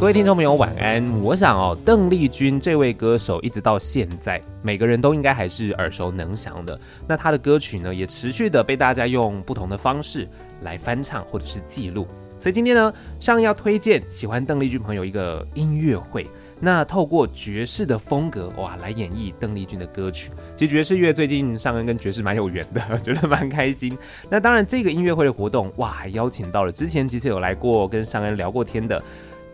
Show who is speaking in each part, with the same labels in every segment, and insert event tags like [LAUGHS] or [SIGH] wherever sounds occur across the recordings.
Speaker 1: 各位听众朋友，晚安！我想哦，邓丽君这位歌手一直到现在，每个人都应该还是耳熟能详的。那她的歌曲呢，也持续的被大家用不同的方式来翻唱或者是记录。所以今天呢，上要推荐喜欢邓丽君朋友一个音乐会。那透过爵士的风格，哇，来演绎邓丽君的歌曲。其实爵士乐最近上恩跟爵士蛮有缘的， [LAUGHS] 觉得蛮开心。那当然，这个音乐会的活动，哇，还邀请到了之前其实有来过跟上恩聊过天的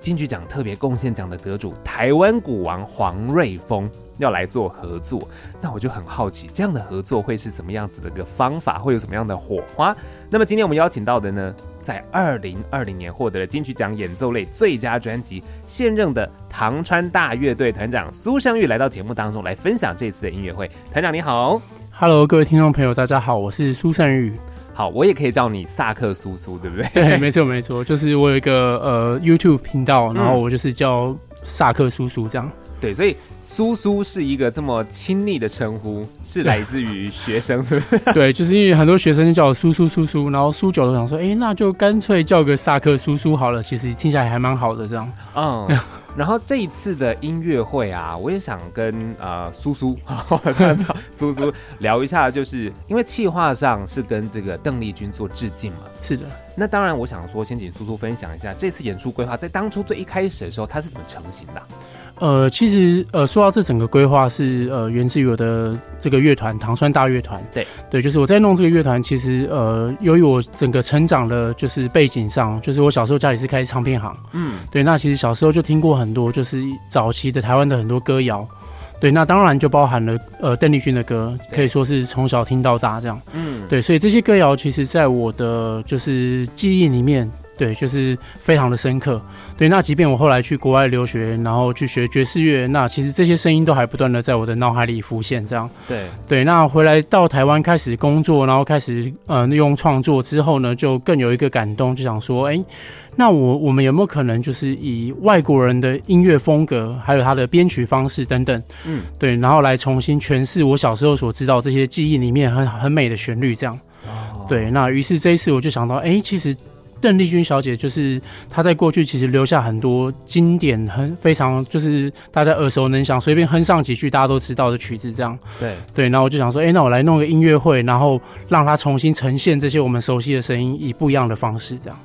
Speaker 1: 金曲奖特别贡献奖的得主台湾鼓王黄瑞峰要来做合作。那我就很好奇，这样的合作会是怎么样子的一个方法，会有什么样的火花？那么今天我们邀请到的呢，在二零二零年获得了金曲奖演奏类最佳专辑，现任的唐川大乐队团长苏尚玉来到节目当中来分享这次的音乐会。团长你好，
Speaker 2: Hello，各位听众朋友，大家好，我是苏善玉。
Speaker 1: 好，我也可以叫你萨克苏苏，对不对？
Speaker 2: 对， [LAUGHS] 没错没错，就是我有一个呃 YouTube 频道，然后我就是叫萨克叔叔这样。 [LAUGHS]
Speaker 1: 对，所以苏苏是一个这么亲昵的称呼，是来自于学生，是不是？
Speaker 2: 对，就是因为很多学生就叫我叔叔叔叔，然后苏久了想说，诶，那就干脆叫个萨克叔叔好了，其实听起来还蛮好的这样。
Speaker 1: 嗯， [LAUGHS] 然后这一次的音乐会啊，我也想跟呃苏苏， [LAUGHS] 我这样叫苏苏聊一下，就是因为企划上是跟这个邓丽君做致敬嘛。
Speaker 2: 是的，
Speaker 1: 那当然，我想说先请苏苏分享一下这次演出规划，在当初最一开始的时候，它是怎么成型的啊、
Speaker 2: 呃，其实呃，说到这整个规划是呃，源自于我的这个乐团唐川大乐团。
Speaker 1: 对
Speaker 2: 对，就是我在弄这个乐团，其实呃，由于我整个成长的就是背景上，就是我小时候家里是开唱片行。
Speaker 1: 嗯，
Speaker 2: 对，那其实小时候就听过很多，就是早期的台湾的很多歌谣。对，那当然就包含了呃邓丽君的歌，
Speaker 1: 对
Speaker 2: 可以说是从小听到大这样。
Speaker 1: 嗯，
Speaker 2: 对，所以这些歌谣其实在我的就是记忆里面，对，就是非常的深刻。对，那即便我后来去国外留学，然后去学爵士乐，那其实这些声音都还不断的在我的脑海里浮现这样。
Speaker 1: 对，
Speaker 2: 对，那回来到台湾开始工作，然后开始呃用创作之后呢，就更有一个感动，就想说，哎、那我我们有没有可能就是以外国人的音乐风格，还有他的编曲方式等等，
Speaker 1: 嗯，
Speaker 2: 对，然后来重新诠释我小时候所知道这些记忆里面很很美的旋律，这样。
Speaker 1: 哦，
Speaker 2: 对，那于是这一次我就想到，哎、其实邓丽君小姐就是她在过去其实留下很多经典，很非常就是大家耳熟能详，随便哼上几句大家都知道的曲子，这样。
Speaker 1: 对，
Speaker 2: 对，然后我就想说，哎、那我来弄个音乐会，然后让它重新呈现这些我们熟悉的声音，以不一样的方式，这样。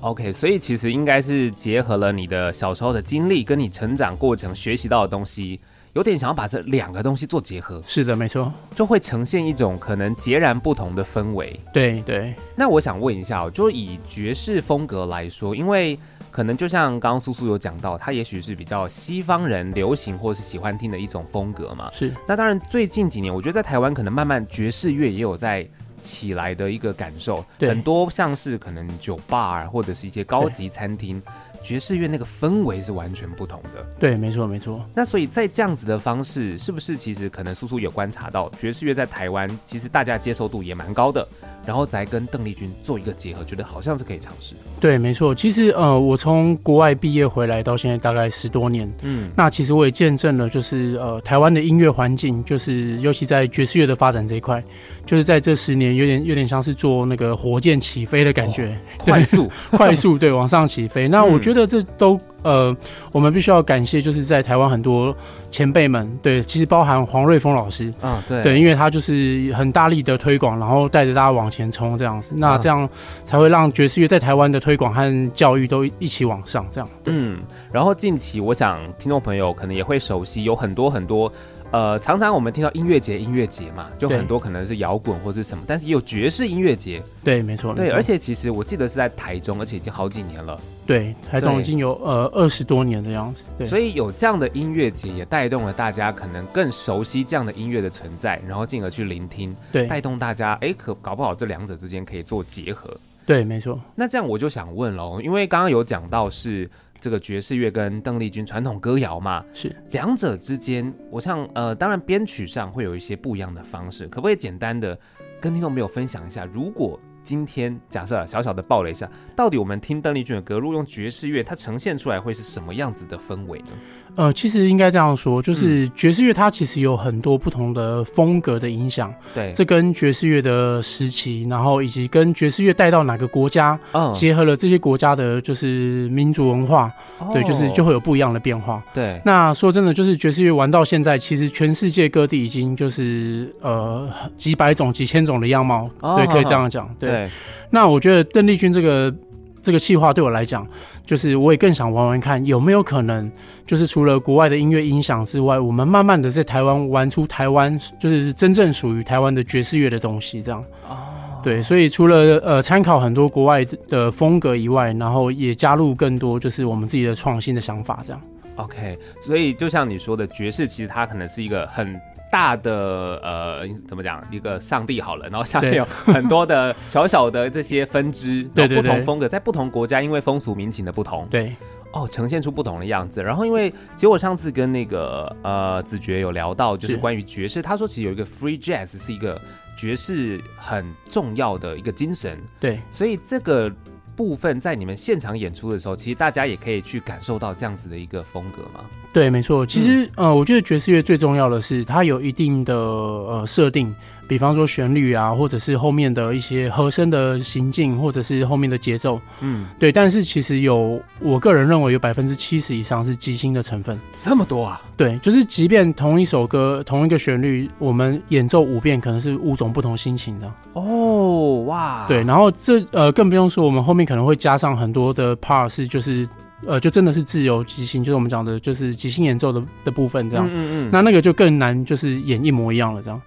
Speaker 1: OK，所以其实应该是结合了你的小时候的经历，跟你成长过程学习到的东西，有点想要把这两个东西做结合，
Speaker 2: 是的，没错，
Speaker 1: 就会呈现一种可能截然不同的氛围。
Speaker 2: 对对
Speaker 1: 那我想问一下哦，就以爵士风格来说，因为可能就像刚刚苏苏有讲到，它也许是比较西方人流行或是喜欢听的一种风格嘛。
Speaker 2: 是。
Speaker 1: 那当然，最近几年，我觉得在台湾可能慢慢爵士乐也有在起来的一个感受，
Speaker 2: 对
Speaker 1: 很多像是可能酒吧啊或者是一些高级餐厅，爵士乐那个氛围是完全不同的。
Speaker 2: 对，没错，没错，
Speaker 1: 那所以在这样子的方式，是不是其实可能苏苏有观察到爵士乐在台湾其实大家接受度也蛮高的，然后再跟邓丽君做一个结合，觉得好像是可以尝试。
Speaker 2: 对，没错。其实，呃，我从国外毕业回来到现在大概十多年，
Speaker 1: 嗯，
Speaker 2: 那其实我也见证了，就是呃，台湾的音乐环境，就是尤其在爵士乐的发展这一块，就是在这十年有点有点像是做那个火箭起飞的感觉。
Speaker 1: 快速，
Speaker 2: 快速对往上起飞。那
Speaker 1: 嗯
Speaker 2: 我觉得这都呃，我们必须要感谢，就是在台湾很多前辈们，对，其实包含黄瑞峰老师，
Speaker 1: 嗯，对，
Speaker 2: 对，因为他就是很大力的推广，然后带着大家往前冲这样子，那
Speaker 1: 嗯
Speaker 2: 这样才会让爵士乐在台湾的推广和教育都一起往上，这样
Speaker 1: 嗯，然后近期我想听众朋友可能也会熟悉，有很多很多，呃，常常我们听到音乐节音乐节嘛，就
Speaker 2: 对
Speaker 1: 很多可能是摇滚或是什么，但是也有爵士音乐节，
Speaker 2: 对，哦没错，
Speaker 1: 对，
Speaker 2: 没错
Speaker 1: 而且其实我记得是在台中，而且已经好几年了，
Speaker 2: 对台中
Speaker 1: 对
Speaker 2: 已经有呃二十多年的样子，对，
Speaker 1: 所以有这样的音乐节也带动了大家可能更熟悉这样的音乐的存在，然后进而去聆听，
Speaker 2: 对
Speaker 1: 带动大家，哎，可搞不好这两者之间可以做结合。
Speaker 2: 对，没错，
Speaker 1: 那这样我就想问喽，因为刚刚有讲到是这个爵士乐跟邓丽君传统歌谣嘛，
Speaker 2: 是。
Speaker 1: 两者之间，我像呃，当然编曲上会有一些不一样的方式，可不可以简单的跟听众朋友分享一下？如果今天假设啊小小的爆了一下，到底我们听邓丽君的歌，如果用爵士乐，它呈现出来会是什么样子的氛围呢？
Speaker 2: 呃，其实应该这样说，
Speaker 1: 嗯
Speaker 2: 就是爵士乐它其实有很多不同的风格的影响，
Speaker 1: 对，
Speaker 2: 这跟爵士乐的时期，然后以及跟爵士乐带到哪个国家，
Speaker 1: 嗯
Speaker 2: 结合了这些国家的就是民族文化，对，就是就
Speaker 1: 会
Speaker 2: 会有不一样的变化。
Speaker 1: 哦对，
Speaker 2: 那说真的，就是爵士乐玩到现在，其实全世界各地已经就是呃几百种、几千种的样貌，
Speaker 1: 哦
Speaker 2: 对，可以
Speaker 1: 好
Speaker 2: 这样讲。对，
Speaker 1: 对，
Speaker 2: 那我觉得邓丽君这个这个计划对我来讲，就是我也更想玩玩看有没有可能，就是除了国外的音乐音响之外，我们慢慢的在台湾玩出台湾就是真正属于台湾的爵士乐的东西，这样。
Speaker 1: 哦，
Speaker 2: 对，所以除了呃参考很多国外的风格以外，然后也加入更多就是我们自己的创新的想法，这样。
Speaker 1: OK，所以就像你说的，爵士其实它可能是一个很大的呃，怎么讲，一个上帝好了，然后下面
Speaker 2: 对
Speaker 1: 有很多的小小的这些分支，然
Speaker 2: 对
Speaker 1: 后
Speaker 2: 对
Speaker 1: 不同
Speaker 2: 对
Speaker 1: 风格，在不同国家因为风俗民情的不同，
Speaker 2: 对。
Speaker 1: 哦，呈现出不同的样子。然后因为其实我上次跟那个呃子爵有聊到，就是
Speaker 2: 是
Speaker 1: 关于爵士，他说其实有一个 free jazz 是一个爵士很重要的一个精神，
Speaker 2: 对，
Speaker 1: 所以这个。部分在你们现场演出的时候，其实大家也可以去感受到这样子的一个风格嘛。
Speaker 2: 对，没错。其实，呃，我觉得爵士乐最重要的是它有一定的呃设定，比方说旋律啊，或者是后面的一些和声的行进，或者是后面的节奏。
Speaker 1: 嗯，
Speaker 2: 对，但是其实有，我个人认为有百分之七十以上是即兴的成分。
Speaker 1: 这么多啊！
Speaker 2: 对，就是即便同一首歌、同一个旋律，我们演奏五遍，可能是五种不同心情的。
Speaker 1: 啊哦，哇，
Speaker 2: 对，，然后这呃更不用说，我们后面可能会加上很多的 part 是就是呃就真的是自由即兴，就是我们讲的就是即兴演奏的的部分这样。
Speaker 1: 嗯嗯嗯。那
Speaker 2: 那那个就更难，就是演一模一样了，这样。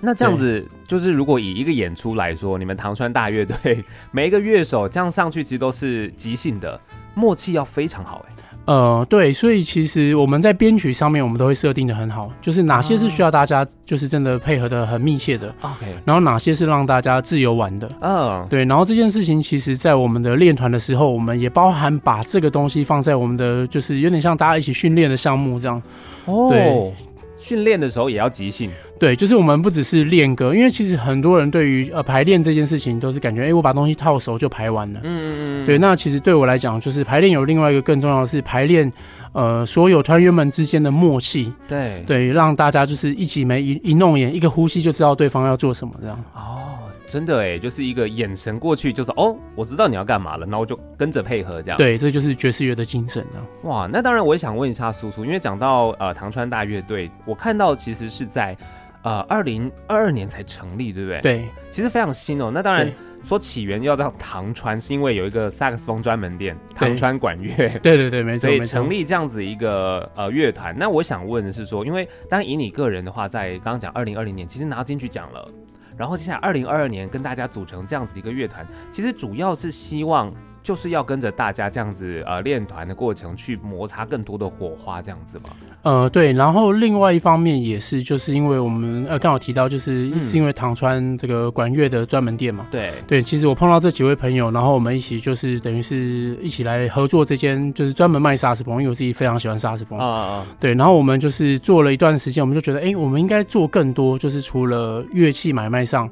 Speaker 1: 那这样子，就是如果以一个演出来说，你们唐川大乐队 [LAUGHS] 每一个乐手这样上去，其实都是即兴的，默契要非常好哎、
Speaker 2: 呃，对，所以其实我们在编曲上面，我们都会设定的很好，就是哪些是需要大家就是真的配合的很密切的，
Speaker 1: OK，
Speaker 2: 然后哪些是让大家自由玩的。
Speaker 1: 嗯，
Speaker 2: 对，然后这件事情其实，在我们的练团的时候，我们也包含把这个东西放在我们的，就是有点像大家一起训练的项目这样。
Speaker 1: 哦
Speaker 2: 对，
Speaker 1: 训练的时候也要即兴，
Speaker 2: 对，就是我们不只是练歌，因为其实很多人对于呃排练这件事情都是感觉，哎，我把东西套熟就排完了。
Speaker 1: 嗯嗯
Speaker 2: 对，，那其实对我来讲，就是排练有另外一个更重要的是排练，呃，所有团员们之间的默契，
Speaker 1: 对对，
Speaker 2: 对，让大家就是一起眉一一弄眼，一个呼吸就知道对方要做什么这样。
Speaker 1: 哦，真的哎，就是一个眼神过去，就是哦，我知道你要干嘛了，那我就跟着配合这样。
Speaker 2: 对，这就是爵士乐的精神啊这样。
Speaker 1: 哇，那当然，我也想问一下苏苏，因为讲到呃唐川大乐队，我看到其实是在呃二零二二年才成立，对不对？，
Speaker 2: 对，
Speaker 1: 其实非常新哦。那当然
Speaker 2: 对
Speaker 1: 说起源要到唐川，是因为有一个萨克斯风专门店唐川管乐。
Speaker 2: 对对对，没错，
Speaker 1: 所以
Speaker 2: 没错
Speaker 1: 成。立这样子一个呃乐团，那我想问的是说，因为当然以你个人的话，在刚刚讲二零二零年其实拿到金曲奖了，然后接下来二零二二年跟大家组成这样子一个乐团，其实主要是希望就是要跟着大家这样子呃练团的过程去摩擦更多的火花这样子嘛。
Speaker 2: 呃，对，然后另外一方面也是，就是因为我们呃刚好提到，就是、
Speaker 1: 嗯
Speaker 2: 是因为唐川这个管乐的专门店嘛，
Speaker 1: 对，
Speaker 2: 对，其实我碰到这几位朋友，然后我们一起就是等于是一起来合作这间就是专门卖萨斯风，因为我自己非常喜欢萨斯风
Speaker 1: 啊、啊
Speaker 2: 对，然后我们就是做了一段时间，我们就觉得，哎，我们应该做更多，就是除了乐器买卖上。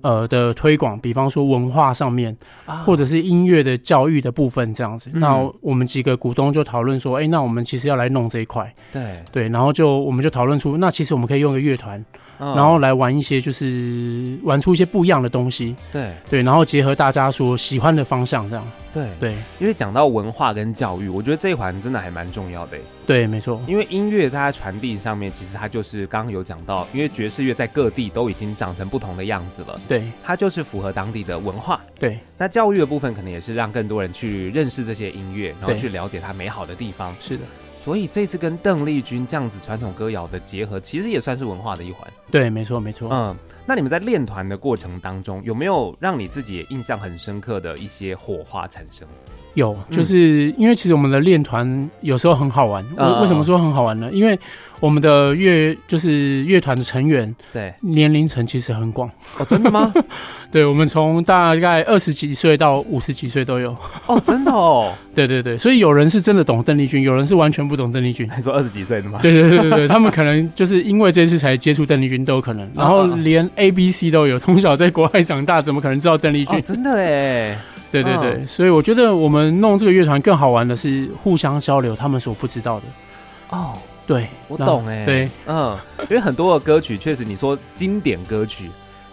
Speaker 2: 呃的推广，比方说文化上面，
Speaker 1: 啊
Speaker 2: 或者是音乐的教育的部分这样子。
Speaker 1: 嗯
Speaker 2: 那我们几个股东就讨论说，哎、那我们其实要来弄这一块，
Speaker 1: 对，
Speaker 2: 对，然后就我们就讨论出，那其实我们可以用个乐团，
Speaker 1: 嗯
Speaker 2: 然后来玩一些，就是玩出一些不一样的东西。
Speaker 1: 对
Speaker 2: 对，然后结合大家所喜欢的方向，这样。
Speaker 1: 对对，
Speaker 2: 对，
Speaker 1: 因为讲到文化跟教育，我觉得这一环真的还蛮重要的耶。
Speaker 2: 对，没错，
Speaker 1: 因为音乐在它传递上面，其实它就是刚刚有讲到，因为爵士乐在各地都已经长成不同的样子了，
Speaker 2: 对，
Speaker 1: 它就是符合当地的文化。
Speaker 2: 对，
Speaker 1: 那教育的部分，可能也是让更多人去认识这些音乐，然后
Speaker 2: 对
Speaker 1: 去了解它美好的地方。
Speaker 2: 是的，
Speaker 1: 所以这次跟邓丽君这样子传统歌谣的结合，其实也算是文化的一环。
Speaker 2: 对，没错，没错。
Speaker 1: 嗯，那你们在练团的过程当中，有没有让你自己也印象很深刻的一些火花产生？
Speaker 2: 有，就是因为其实我们的练团有时候很好玩。
Speaker 1: 嗯
Speaker 2: 为为什么说很好玩呢？因为我们的乐就是乐团的成员
Speaker 1: 对，
Speaker 2: 年龄层其实很广，
Speaker 1: 哦，真的吗？
Speaker 2: 对我们从大概二十几岁到五十几岁都有。
Speaker 1: 哦，真的哦。 [LAUGHS]
Speaker 2: 对对对，所以有人是真的懂邓丽君，有人是完全不懂邓丽君。
Speaker 1: 还说二十几岁的吗？
Speaker 2: 对对对对对，他们可能就是因为这次才接触邓丽君都有可能，然后连 A B C 都有，从小在国外长大，怎么可能知道邓丽
Speaker 1: 哦，
Speaker 2: 君？
Speaker 1: 真的哎，
Speaker 2: 对对对，
Speaker 1: 嗯
Speaker 2: 所以我觉得我们弄这个乐团更好玩的是互相交流他们所不知道的。
Speaker 1: 哦，
Speaker 2: 对，
Speaker 1: 我
Speaker 2: 然后
Speaker 1: 懂哎，，
Speaker 2: 对，
Speaker 1: 嗯，因为很多的歌曲确实，你说经典歌曲，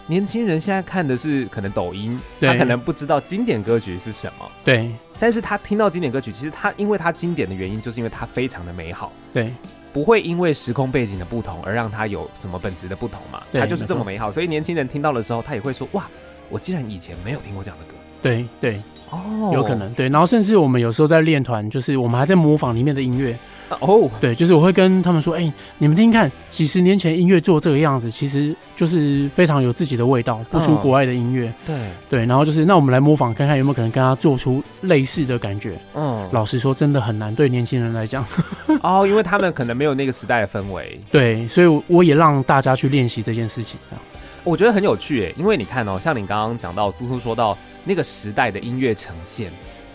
Speaker 1: 年轻人现在看的是可能抖音，
Speaker 2: 对
Speaker 1: 他可能不知道经典歌曲是什么，
Speaker 2: 对，
Speaker 1: 但是他听到经典歌曲，其实他因为他经典的原因，就是因为它非常的美好。
Speaker 2: 对，
Speaker 1: 不会因为时空背景的不同而让它有什么本质的不同嘛？
Speaker 2: 对
Speaker 1: 它就是这么
Speaker 2: 没错
Speaker 1: 美好，所以年轻人听到的时候，他也会说：“哇，我竟然以前没有听过这样的歌。
Speaker 2: 对，对，”
Speaker 1: 哦
Speaker 2: 有可能对。然后甚至我们有时候在练团，就是我们还在模仿里面的音乐。
Speaker 1: 啊哦，
Speaker 2: 对，就是我会跟他们说，哎、你们听听看，几十年前音乐做这个样子，其实就是非常有自己的味道，不输
Speaker 1: 嗯
Speaker 2: 国外的音乐。
Speaker 1: 对，
Speaker 2: 对，然后就是那我们来模仿看看有没有可能跟他做出类似的感觉。
Speaker 1: 嗯，
Speaker 2: 老实说，真的很难，对年轻人来讲。 [LAUGHS]
Speaker 1: 哦，因为他们可能没有那个时代的氛围，
Speaker 2: 对，所以我我也让大家去练习这件事情。这样
Speaker 1: 我觉得很有趣诶。因为你看哦，像你刚刚讲到，苏苏说到那个时代的音乐呈现，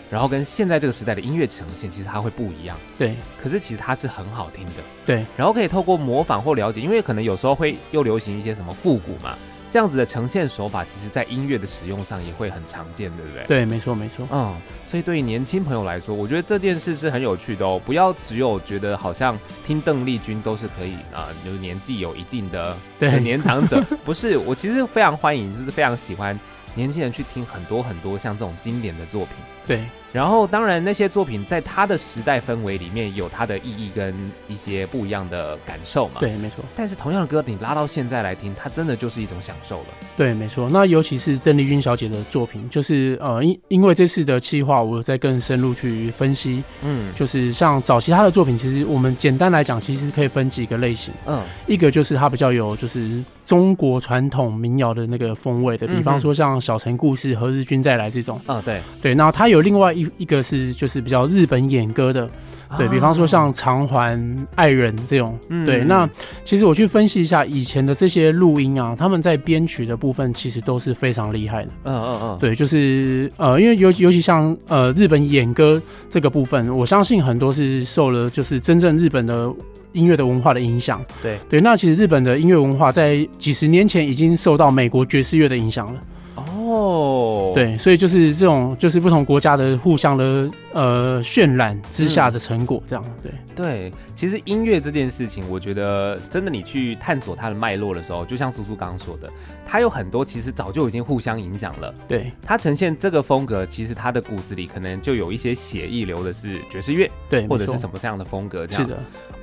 Speaker 1: 然后跟现在这个时代的音乐呈现，其实它会不一样。
Speaker 2: 对
Speaker 1: 可是其实它是很好听的，
Speaker 2: 对，
Speaker 1: 然后可以透过模仿或了解，因为可能有时候会又流行一些什么复古嘛，这样子的呈现手法，其实在音乐的使用上也会很常见，对不对？，
Speaker 2: 对，没错没错。
Speaker 1: 嗯，所以对于年轻朋友来说，我觉得这件事是很有趣的哦，不要只有觉得好像听邓丽君都是可以啊、就是年纪有一定的
Speaker 2: 对
Speaker 1: 就年长
Speaker 2: [LAUGHS]
Speaker 1: 者，不是，我其实非常欢迎，就是非常喜欢年轻人去听很多很多像这种经典的作品。
Speaker 2: 对
Speaker 1: 然后，当然那些作品在它的时代氛围里面有它的意义跟一些不一样的感受嘛。。
Speaker 2: 对，没错
Speaker 1: 但是同样的歌，你拉到现在来听，它真的就是一种享受了。
Speaker 2: 对没错。那尤其是邓丽君小姐的作品，就是呃，因因为这次的企划，我有在更深入去分析，
Speaker 1: 嗯
Speaker 2: 就是像早期她的作品，其实我们简单来讲，其实可以分几个类型。
Speaker 1: 嗯，
Speaker 2: 一个就是它比较有就是中国传统民谣的那个风味的，
Speaker 1: 嗯
Speaker 2: 比
Speaker 1: 哼
Speaker 2: 方说像《小城故事》《何日君再来》这种。
Speaker 1: 哦对，
Speaker 2: 对，然后它有另外一一个是就是比较日本演歌的，嗯对比方说
Speaker 1: 啊
Speaker 2: 像《偿还爱人》这种。
Speaker 1: 嗯
Speaker 2: 对，那其实我去分析一下以前的这些录音啊，他们在编曲的部分其实都是非常厉害的。
Speaker 1: 嗯嗯嗯，
Speaker 2: 对，就是呃，因为尤尤其像呃日本演歌这个部分，我相信很多是受了就是真正日本的音乐的文化的影响。
Speaker 1: 对
Speaker 2: 对，那其实日本的音乐文化在几十年前已经受到美国爵士乐的影响了。
Speaker 1: 哦，
Speaker 2: 对，所以就是这种就是不同国家的互相的呃渲染之下
Speaker 1: 嗯
Speaker 2: 的成果，这样、对。
Speaker 1: 对，其实音乐这件事情，我觉得真的，你去探索它的脉络的时候，就像苏苏刚刚说的，它有很多其实早就已经互相影响了。
Speaker 2: 对
Speaker 1: 它呈现这个风格，其实它的骨子里可能就有一些血液流的是爵士乐，
Speaker 2: 对，
Speaker 1: 或者
Speaker 2: 哎没
Speaker 1: 是
Speaker 2: 错
Speaker 1: 什么这样的风格，这样
Speaker 2: 是的，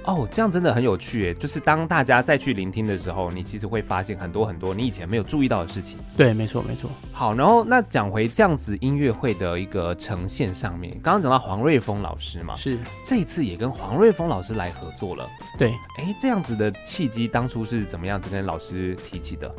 Speaker 1: 哦，这样真的很有趣耶！就是当大家再去聆听的时候，你其实会发现很多很多你以前没有注意到的事情。
Speaker 2: 对，没错，没错，
Speaker 1: 好，然后那讲回这样子音乐会的一个呈现上面，刚刚讲到黄瑞峰老师嘛，
Speaker 2: 是，
Speaker 1: 这一次也跟黄瑞峰老师来合作了。
Speaker 2: 对。
Speaker 1: 哎，这样子的契机当初是怎么样子跟老师提起的？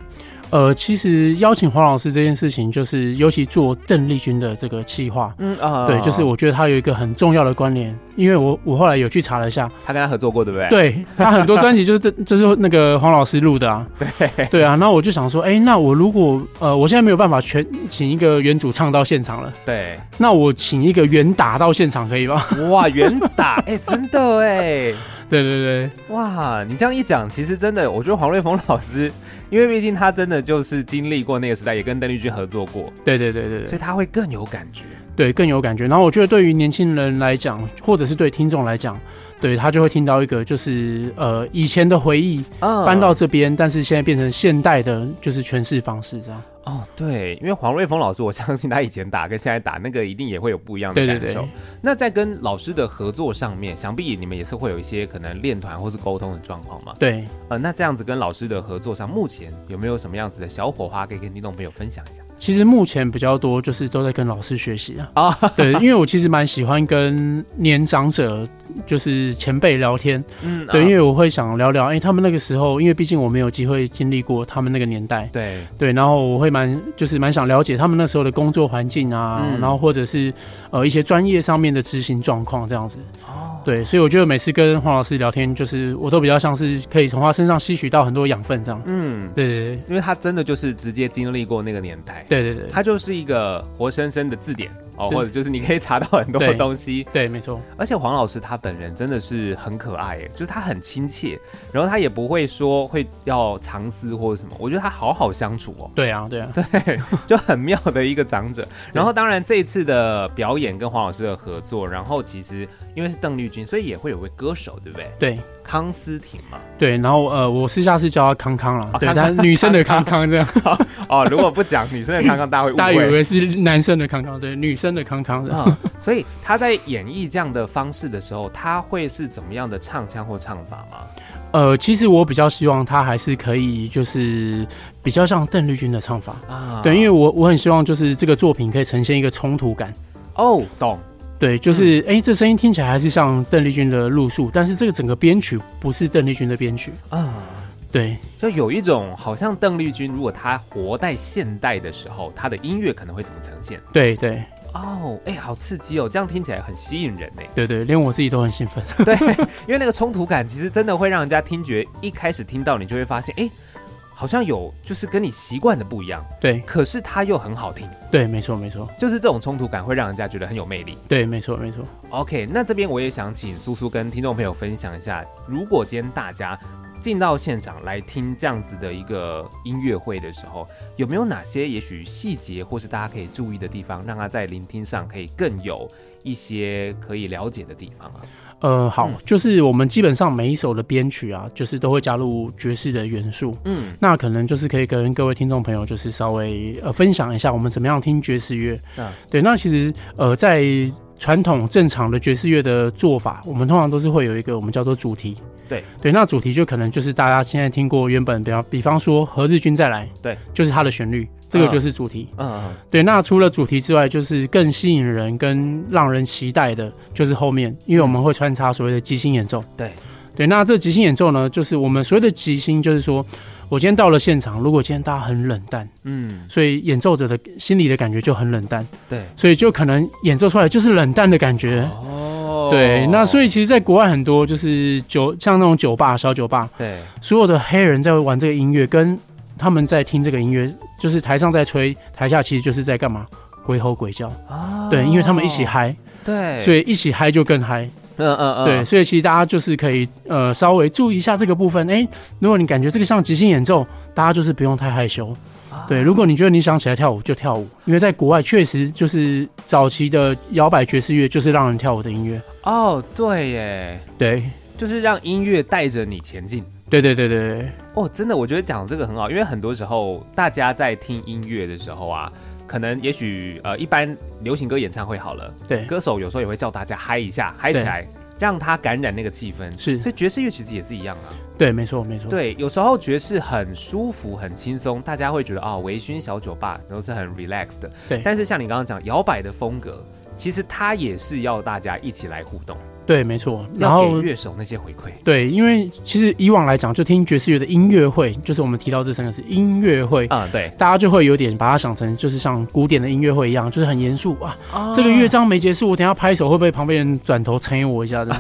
Speaker 2: 呃，其实邀请黄老师这件事情，就是尤其做邓丽君的这个企划，
Speaker 1: 嗯啊
Speaker 2: 对，就是我觉得他有一个很重要的关联，因为我我后来有去查了一下，
Speaker 1: 他跟他合作过，对不对？
Speaker 2: 对他很多专辑就是 [LAUGHS] 就是那个黄老师录的啊，对对啊，那我就想说，哎、那我如果呃我现在没有办法全请一个原主唱到现场了，
Speaker 1: 对
Speaker 2: 那我请一个原打到现场可以吧？
Speaker 1: 对，哇，圆打， [LAUGHS] 哎，真的哎。
Speaker 2: [LAUGHS] 对对对
Speaker 1: 哇，你这样一讲，其实真的，我觉得黄瑞峰老师，因为毕竟他真的就是经历过那个时代，也跟邓丽君合作过，
Speaker 2: 对对对对
Speaker 1: 所以
Speaker 2: 对
Speaker 1: 他会更有感觉。
Speaker 2: 对，更有感觉。然后我觉得对于年轻人来讲，或者是对听众来讲，对他就会听到一个就是呃以前的回忆，
Speaker 1: 嗯
Speaker 2: 搬到这边，但是现在变成现代的，就是诠释方式这样。
Speaker 1: 哦，对，因为黄瑞峰老师，我相信他以前打跟现在打那个一定也会有不一样的
Speaker 2: 对
Speaker 1: 感
Speaker 2: 对
Speaker 1: 受。
Speaker 2: 对
Speaker 1: 那在跟老师的合作上面，想必你们也是会有一些可能练团或是沟通的状况嘛。
Speaker 2: 对，
Speaker 1: 呃，那这样子跟老师的合作上，目前有没有什么样子的小火花可以跟听众朋友分享一下？
Speaker 2: 其实目前比较多就是都在跟老师学习啊。
Speaker 1: 啊
Speaker 2: 啊， [LAUGHS] 对，因为我其实蛮喜欢跟年长者，就是前辈聊天。
Speaker 1: 嗯，
Speaker 2: 对，
Speaker 1: 啊
Speaker 2: 因为我会想聊聊，哎、他们那个时候，因为毕竟我没有机会经历过他们那个年代。
Speaker 1: 对，
Speaker 2: 对，然后我会蛮就是蛮想了解他们那时候的工作环境啊，
Speaker 1: 嗯
Speaker 2: 然后或者是呃一些专业上面的执行状况这样子。
Speaker 1: 哦
Speaker 2: 对，所以我觉得每次跟黄老师聊天，就是我都比较像是可以从他身上吸取到很多养分这样。
Speaker 1: 嗯，
Speaker 2: 对对
Speaker 1: 因为他真的就是直接经历过那个年代，
Speaker 2: 对对对对
Speaker 1: 他就是一个活生生的字典哦，
Speaker 2: 对
Speaker 1: 或者就是你可以查到很多
Speaker 2: 对
Speaker 1: 东西。
Speaker 2: 对，没错，
Speaker 1: 而且黄老师他本人真的是很可爱，哎，就是他很亲切，然后他也不会说会要藏私或者什么，我觉得他好好相处哦。
Speaker 2: 对啊对啊，
Speaker 1: 对，就很妙的一个长者。然后当然这一次的表演跟黄老师的合作，然后其实因为是邓丽君，所以也会有位歌手，对不对？
Speaker 2: 对
Speaker 1: 康斯婷嘛。
Speaker 2: 对。然后呃，我私下是叫他康康了，对，
Speaker 1: 哦康
Speaker 2: 他女生的康康
Speaker 1: [LAUGHS]
Speaker 2: 这样，
Speaker 1: 哦，如果不讲女生的康康，大家会误
Speaker 2: [LAUGHS] 大家以
Speaker 1: 会。
Speaker 2: 为是男生的康康，对，女生的康康这样。
Speaker 1: 嗯，所以他在演绎这样的方式的时候，他会是怎么样的唱腔或唱法吗？
Speaker 2: 呃，其实我比较希望他还是可以，就是比较像邓丽君的唱法。
Speaker 1: 啊
Speaker 2: 对，因为我我很希望就是这个作品可以呈现一个冲突感，
Speaker 1: 哦，懂，
Speaker 2: 对，
Speaker 1: 嗯
Speaker 2: 就是哎、诶这声音听起来还是像邓丽君的路数，但是这个整个编曲不是邓丽君的编曲，
Speaker 1: 啊，
Speaker 2: 对，
Speaker 1: 就有一种好像邓丽君，如果她活在现代的时候，她的音乐可能会怎么呈现？
Speaker 2: 对，对，
Speaker 1: 哦，哎、好刺激哦，这样听起来很吸引人呢。
Speaker 2: 对，对，连我自己都很兴奋， [LAUGHS]
Speaker 1: [LAUGHS] 对，因为那个冲突感其实真的会让人家听觉一开始听到你就会发现，哎、好像有就是跟你习惯的不一样，
Speaker 2: 对，
Speaker 1: 可是它又很好听，
Speaker 2: 对，没错，没错，
Speaker 1: 就是这种冲突感会让人家觉得很有魅力。
Speaker 2: 对，没错，没错。
Speaker 1: OK，那这边我也想请苏苏跟听众朋友分享一下，如果今天大家进到现场来听这样子的一个音乐会的时候，有没有哪些也许细节或是大家可以注意的地方，让他在聆听上可以更有一些可以了解的地方啊？
Speaker 2: 呃，好
Speaker 1: 嗯，
Speaker 2: 就是我们基本上每一首的编曲啊，就是都会加入爵士的元素。
Speaker 1: 嗯，
Speaker 2: 那可能就是可以跟各位听众朋友，就是稍微呃分享一下我们怎么样听爵士乐。
Speaker 1: 嗯
Speaker 2: 对，那其实呃在传统正常的爵士乐的做法，我们通常都是会有一个我们叫做主题。
Speaker 1: 对
Speaker 2: 对，那主题就可能就是大家现在听过原本比方比方说《何日君再来》，
Speaker 1: 对，
Speaker 2: 就是它的旋律，这个就是主题。
Speaker 1: 嗯
Speaker 2: 对，那除了主题之外，就是更吸引人跟让人期待的，就是后面，因为我们会穿插所谓的即兴演奏。
Speaker 1: 对，
Speaker 2: 对，那这即兴演奏呢，就是我们所谓的即兴，就是说我今天到了现场，如果今天大家很冷淡，
Speaker 1: 嗯，
Speaker 2: 所以演奏者的心里的感觉就很冷淡，
Speaker 1: 对，
Speaker 2: 所以就可能演奏出来就是冷淡的感觉。
Speaker 1: 哦
Speaker 2: 对，那所
Speaker 1: 以
Speaker 2: 以其实，在国外很多就是酒，像那种酒吧、小酒吧，
Speaker 1: 对，
Speaker 2: 所有的黑人在玩这个音乐，跟他们在听这个音乐，就是台上在吹，台下其实就是在干嘛？鬼吼鬼叫。
Speaker 1: 啊
Speaker 2: 对，因为他们一起，嗨，
Speaker 1: 对，
Speaker 2: 所
Speaker 1: 以，
Speaker 2: 以一起嗨就更嗨。
Speaker 1: 嗯嗯嗯，
Speaker 2: 对，，所以其实大家就是可以呃稍微注意一下这个部分。哎，如果你感觉这个像即兴演奏，大家就是不用太害羞。
Speaker 1: 啊
Speaker 2: 对，如果你觉得你想起来跳舞就跳舞，因为在国外确实就是早期的摇摆爵士乐就是让人跳舞的音乐。
Speaker 1: 哦，对耶，
Speaker 2: 对，
Speaker 1: 就是让音乐带着你前进。
Speaker 2: 对对对对对
Speaker 1: 哦，真的，我觉得讲这个很好，因为很多时候大家在听音乐的时候啊，可能也许呃，一般流行歌演唱会好了，
Speaker 2: 对，
Speaker 1: 歌手有时候也会叫大家嗨一下，嗨起
Speaker 2: 对
Speaker 1: 来，让他感染那个气氛。
Speaker 2: 是
Speaker 1: 所以爵士乐其实也是一样啊，
Speaker 2: 对，没错没错。
Speaker 1: 对，有时候爵士很舒服、很轻松，大家会觉得啊、微醺小酒吧，然后是很 relax 的。
Speaker 2: 对
Speaker 1: 但是像你刚刚讲摇摆的风格，其实它也是要大家一起来互动，
Speaker 2: 对，没错。然
Speaker 1: 要给
Speaker 2: 后
Speaker 1: 乐手那些回馈。
Speaker 2: 对，因为其实以往来讲，就听爵士乐的音乐会，就是我们提到这三个字音乐会。
Speaker 1: 啊、
Speaker 2: [LAUGHS]
Speaker 1: 对，
Speaker 2: 大家就会有点把它想成就是像古典的音乐会一样，就是很严肃啊。这个乐章没结束，我等一下拍手会不会旁边人转头催我一下的？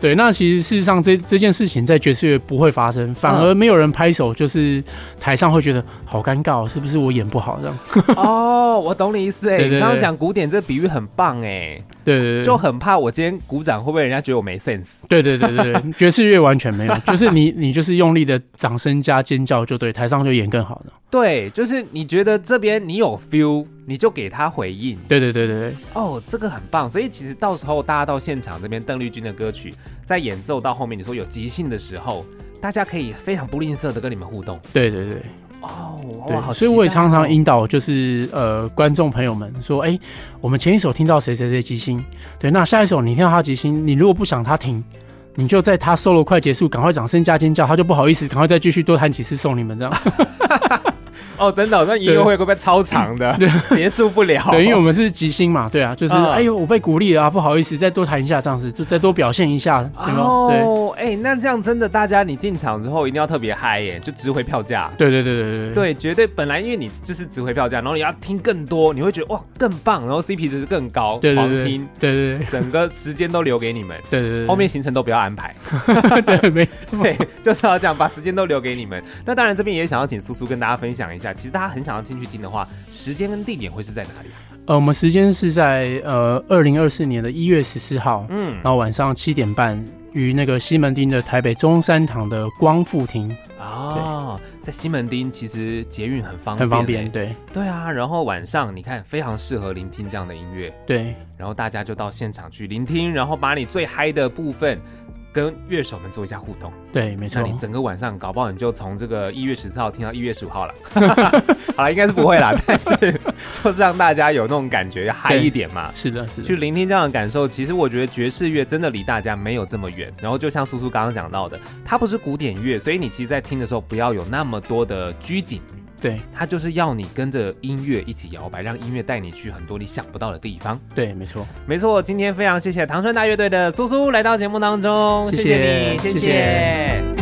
Speaker 2: 对，那其实事实上这这件事情在爵士乐不会发生，反而没有人拍手，就是台上会觉得好尴尬哦，是不是我演不好这样？
Speaker 1: 哦，我懂你意思哎、
Speaker 2: 对对
Speaker 1: 你
Speaker 2: 对
Speaker 1: 刚刚讲古典这比喻很棒哎、
Speaker 2: 对对对，
Speaker 1: 就很怕我今天鼓掌会不会人家觉得我没 sense
Speaker 2: 对对对对对，爵士乐完全没有，就是你你就是用力的掌声加尖叫就对，台上就演更好的。
Speaker 1: 对，就是你觉得这边你有 feel，你就给他回应
Speaker 2: 对对对对
Speaker 1: 哦，这个很棒。所以其实到时候大家到现场这边，邓丽君的歌曲在演奏到后面，你说有即兴的时候，大家可以非常不吝啬的跟你们互动
Speaker 2: 对对对对。
Speaker 1: 哦。哇，好
Speaker 2: 对，所以我也
Speaker 1: 期待哦
Speaker 2: 常常引导就是呃观众朋友们说，哎、我们前一首听到谁谁谁即兴，对，那下一首你听到他即兴，你如果不想他停，你就在
Speaker 1: [LAUGHS]
Speaker 2: 他 solo 快结束，赶快掌声加尖叫，他就不好意思，赶快再继续多弹几次送你们这样。
Speaker 1: 哦，真的，那音乐会会不会超长的，结束不了？
Speaker 2: [LAUGHS] 对，因为我们是即兴嘛，对啊，就是、
Speaker 1: 嗯
Speaker 2: 哎呦，我被鼓励了啊，不好意思，再多弹一下这样子，就再多表现一下，有没有对
Speaker 1: 哦，哎、那这样真的，大家你进场之后一定要特别嗨耶，就值回票价。
Speaker 2: 对对对对对
Speaker 1: 对，绝对本来因为你就是值回票价，然后你要听更多，你会觉得哇更棒，然后 CP 值更高，
Speaker 2: 对对
Speaker 1: 狂
Speaker 2: 对对
Speaker 1: 听，
Speaker 2: 对对
Speaker 1: 整个时间都留给你们，
Speaker 2: 对对，
Speaker 1: 后面行程都不要安排。
Speaker 2: [LAUGHS] 对没
Speaker 1: [LAUGHS]
Speaker 2: 错，
Speaker 1: 对，就是要这样，把时间都留给你们。那当然，这边也想要请苏苏跟大家分享一下，其实大家很想要进去听的话，时间跟地点会是在哪里？
Speaker 2: 呃，我们时间是在呃二零二四年的一月十四号，
Speaker 1: 嗯
Speaker 2: 然，后晚上七点半于那个西门町的台北中山堂的光复亭，
Speaker 1: 哦，在西门町其实捷运很方便，
Speaker 2: 很方便，。对
Speaker 1: 对啊，然后晚上你看非常适合聆听这样的音乐，
Speaker 2: 对
Speaker 1: 然后大家就到现场去聆听，然后把你最嗨的部分。跟乐手们做一下互动，
Speaker 2: 对，没
Speaker 1: 那
Speaker 2: 错，
Speaker 1: 你整个晚上搞不好你就从这个一月十四号听到一月十五号了。 [LAUGHS] 好了，应该是不会
Speaker 2: [LAUGHS]
Speaker 1: 啦，但是就是让大家有那种感觉，要嗨一点嘛。
Speaker 2: 是的，是的
Speaker 1: 去，聆听这样的感受，其实我觉得爵士乐真的离大家没有这么远。然后就像苏苏刚刚讲到的，它不是古典乐，所以你其实，在听的时候不要有那么多的拘谨，
Speaker 2: 对
Speaker 1: 它就是要你跟着音乐一起摇摆，让音乐带你去很多你想不到的地方。
Speaker 2: 对，没错。
Speaker 1: 没错，今天非常谢谢唐顺大乐队的苏苏来到节目当中，
Speaker 2: 谢谢
Speaker 1: 谢你，谢
Speaker 2: 谢谢
Speaker 1: 谢